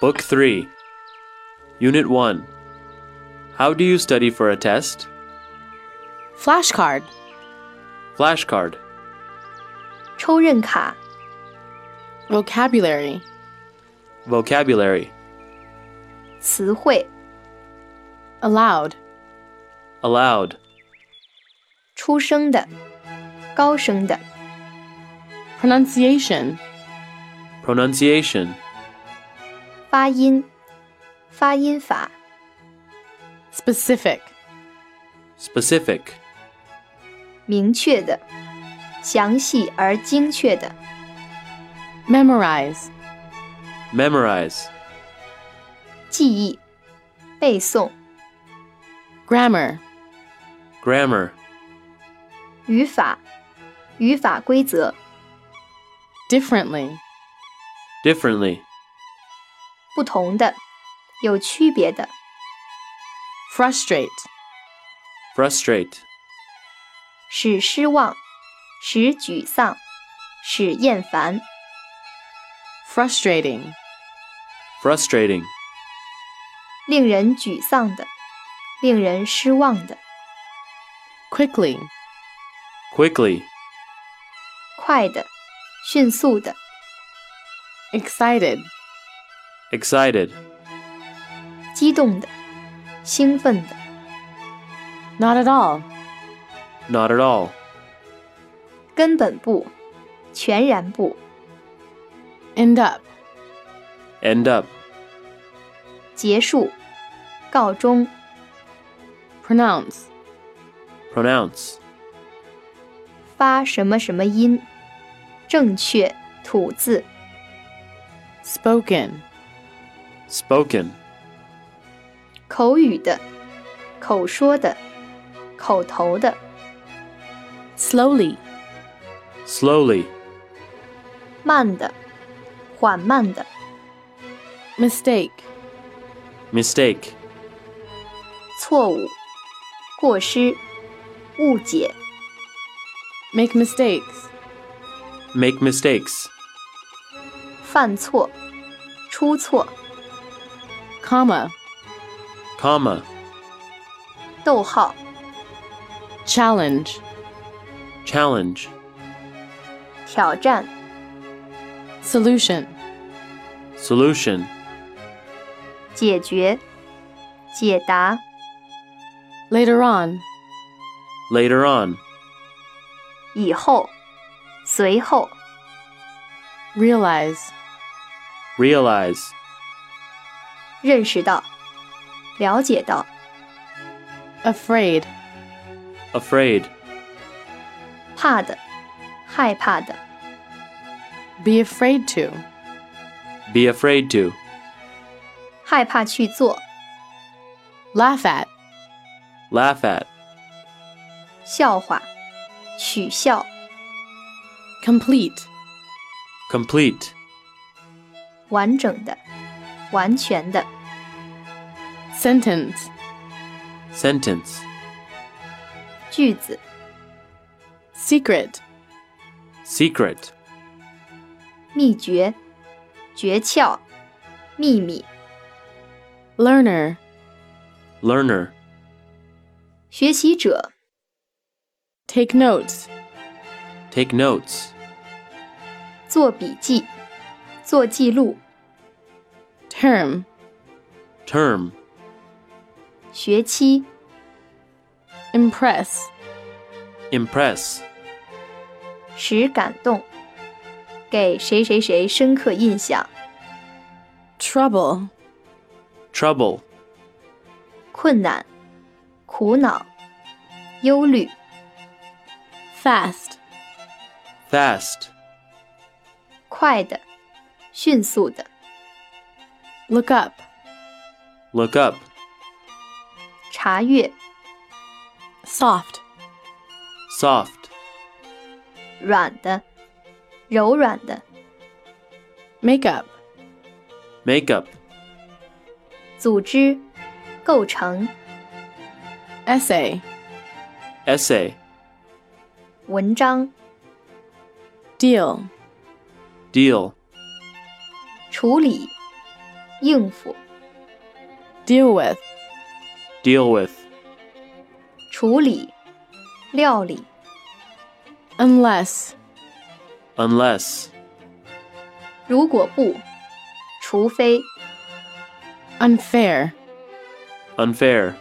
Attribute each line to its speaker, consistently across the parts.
Speaker 1: Book 3, Unit 1 How do you study for a test?
Speaker 2: Flashcard.
Speaker 1: Flashcard,
Speaker 3: 抽认卡、
Speaker 2: Vocabulary.
Speaker 1: Vocabulary,
Speaker 3: 词汇、
Speaker 2: Allowed.
Speaker 1: Allowed,
Speaker 3: 出声的、高声的、
Speaker 2: Pronunciation.
Speaker 1: Pronunciation,
Speaker 3: 发音、发音法、
Speaker 2: Specific.
Speaker 1: Specific,
Speaker 3: 明确的、详细而精确的、
Speaker 2: Memorize.
Speaker 1: Memorize,
Speaker 3: 记忆、背诵、
Speaker 2: Grammar.
Speaker 1: Grammar,
Speaker 3: 语法、语法规则、
Speaker 2: Differently.
Speaker 1: Differently,
Speaker 3: 不同的、有区别的、
Speaker 2: Frustrate.
Speaker 1: Frustrate,
Speaker 3: 使失望、使沮丧、使厌烦、
Speaker 2: Frustrating.
Speaker 1: Frustrating,
Speaker 3: 令人沮丧的、令人失望的、
Speaker 2: Quickly.
Speaker 1: Quickly,
Speaker 3: 快的、迅速的、
Speaker 2: Excited.
Speaker 1: Excited,
Speaker 3: 激动的、兴奋的。
Speaker 2: Not at all.
Speaker 1: Not at all,
Speaker 3: 根本不，全然不，
Speaker 2: End up.
Speaker 1: End up,
Speaker 3: 结束，告终，
Speaker 2: Pronounce.
Speaker 1: Pronounce,
Speaker 3: 发什么什么音，正确吐字，
Speaker 2: Spoken.
Speaker 1: Spoken,
Speaker 3: 口语的，口说的，口头的，
Speaker 2: Slowly.
Speaker 1: Slowly,
Speaker 3: 慢的，缓慢的，
Speaker 2: Mistake.
Speaker 1: Mistake,
Speaker 3: 错误，过失，误解，
Speaker 2: Make mistakes.
Speaker 1: Make mistakes,
Speaker 3: 犯错，出错，
Speaker 2: Comma.
Speaker 1: Comma,
Speaker 3: 逗号，
Speaker 2: Challenge.
Speaker 1: Challenge,
Speaker 3: 挑战，
Speaker 2: Solution.
Speaker 1: Solution,
Speaker 3: 解决，解答，
Speaker 2: Later on.
Speaker 1: Later on,
Speaker 3: 以后，随后，
Speaker 2: Realize.
Speaker 1: Realize,
Speaker 3: 认识到，了解到。
Speaker 2: Afraid.
Speaker 1: Afraid,
Speaker 3: 怕的、害怕的、
Speaker 2: Be afraid to.
Speaker 1: Be afraid to,
Speaker 3: 害怕去做、
Speaker 2: Laugh at.
Speaker 1: Laugh at,
Speaker 3: 笑话、取笑、
Speaker 2: Complete.
Speaker 1: Complete,
Speaker 3: 完整的、完全的、
Speaker 2: Sentence.
Speaker 1: Sentence,
Speaker 3: 句子、
Speaker 2: Secret.
Speaker 1: Secret,
Speaker 3: 秘诀、诀窍、秘密、
Speaker 2: Learner.
Speaker 1: Learner,
Speaker 3: 学习者、
Speaker 2: Take notes.
Speaker 1: Take notes,
Speaker 3: 做笔记、做记录、
Speaker 2: Term.
Speaker 1: Term,
Speaker 3: 学期、
Speaker 2: Impress.
Speaker 1: Impress,
Speaker 3: 使感动、给谁谁谁深刻印象、
Speaker 2: Trouble.
Speaker 1: Trouble,
Speaker 3: 困难、苦恼、忧虑、
Speaker 2: Fast.
Speaker 1: Fast,
Speaker 3: 快的、迅速的、
Speaker 2: Look up.
Speaker 1: Look up,
Speaker 3: 查阅、
Speaker 2: Soft.
Speaker 1: Soft,
Speaker 3: 软的、柔软的。
Speaker 2: Makeup.
Speaker 1: Makeup,
Speaker 3: 组织、构成、
Speaker 2: Essay.
Speaker 1: Essay,
Speaker 3: 文章、
Speaker 2: Deal.
Speaker 1: Deal,
Speaker 3: 处理、应付、
Speaker 2: deal with,
Speaker 1: deal with,
Speaker 3: 处理、料理、
Speaker 2: unless,
Speaker 1: unless,
Speaker 3: 如果不，除非、
Speaker 2: unfair,
Speaker 1: unfair,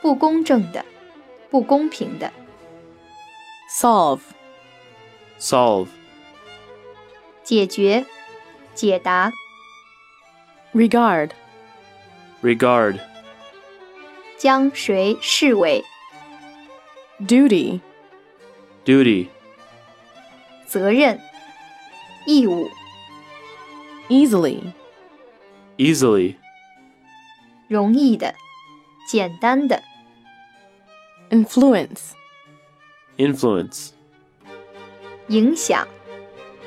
Speaker 3: 不公正的、不公平的、
Speaker 2: solve,
Speaker 1: solve,
Speaker 3: 解决、解答、
Speaker 2: regard,
Speaker 1: regard,
Speaker 3: 将谁视为、
Speaker 2: duty,
Speaker 1: duty,
Speaker 3: 责任、义务、
Speaker 2: easily,
Speaker 1: easily,
Speaker 3: 容易的、简单的、
Speaker 2: influence,
Speaker 1: influence,
Speaker 3: 影响、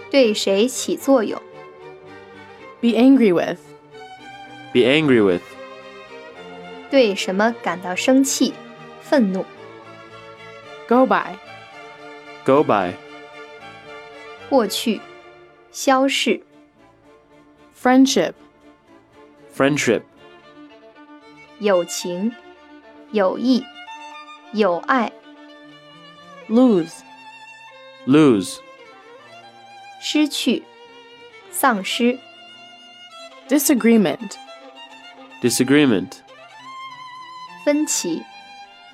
Speaker 3: 对谁起作用、
Speaker 2: be angry with,
Speaker 1: be angry with,
Speaker 3: 对什么感到生气、愤怒、
Speaker 2: go by,
Speaker 1: go by,
Speaker 3: 过去、消逝、
Speaker 2: friendship,
Speaker 1: friendship,
Speaker 3: 友情、友谊、友爱、
Speaker 2: lose,
Speaker 1: lose,
Speaker 3: 失去、丧失、
Speaker 2: disagreement,
Speaker 1: disagreement,
Speaker 3: 分歧、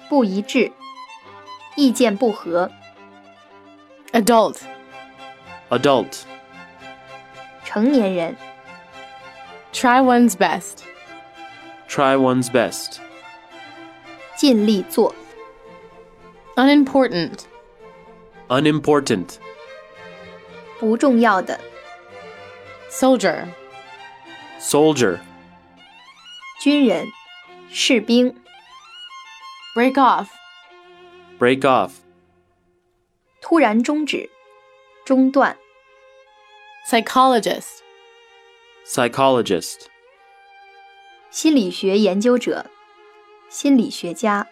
Speaker 3: 不一致、意见不合、
Speaker 2: adult,
Speaker 1: adult,
Speaker 3: 成年人、
Speaker 2: try one's best,
Speaker 1: try one's best,
Speaker 3: 尽力做、
Speaker 2: unimportant,
Speaker 1: unimportant,
Speaker 3: 不重要的、
Speaker 2: soldier,
Speaker 1: soldier,
Speaker 3: 军人、士兵、
Speaker 2: break off,
Speaker 1: break off,
Speaker 3: 突然终止、中断、
Speaker 2: psychologist,
Speaker 1: psychologist,
Speaker 3: 心理学研究者、心理学家、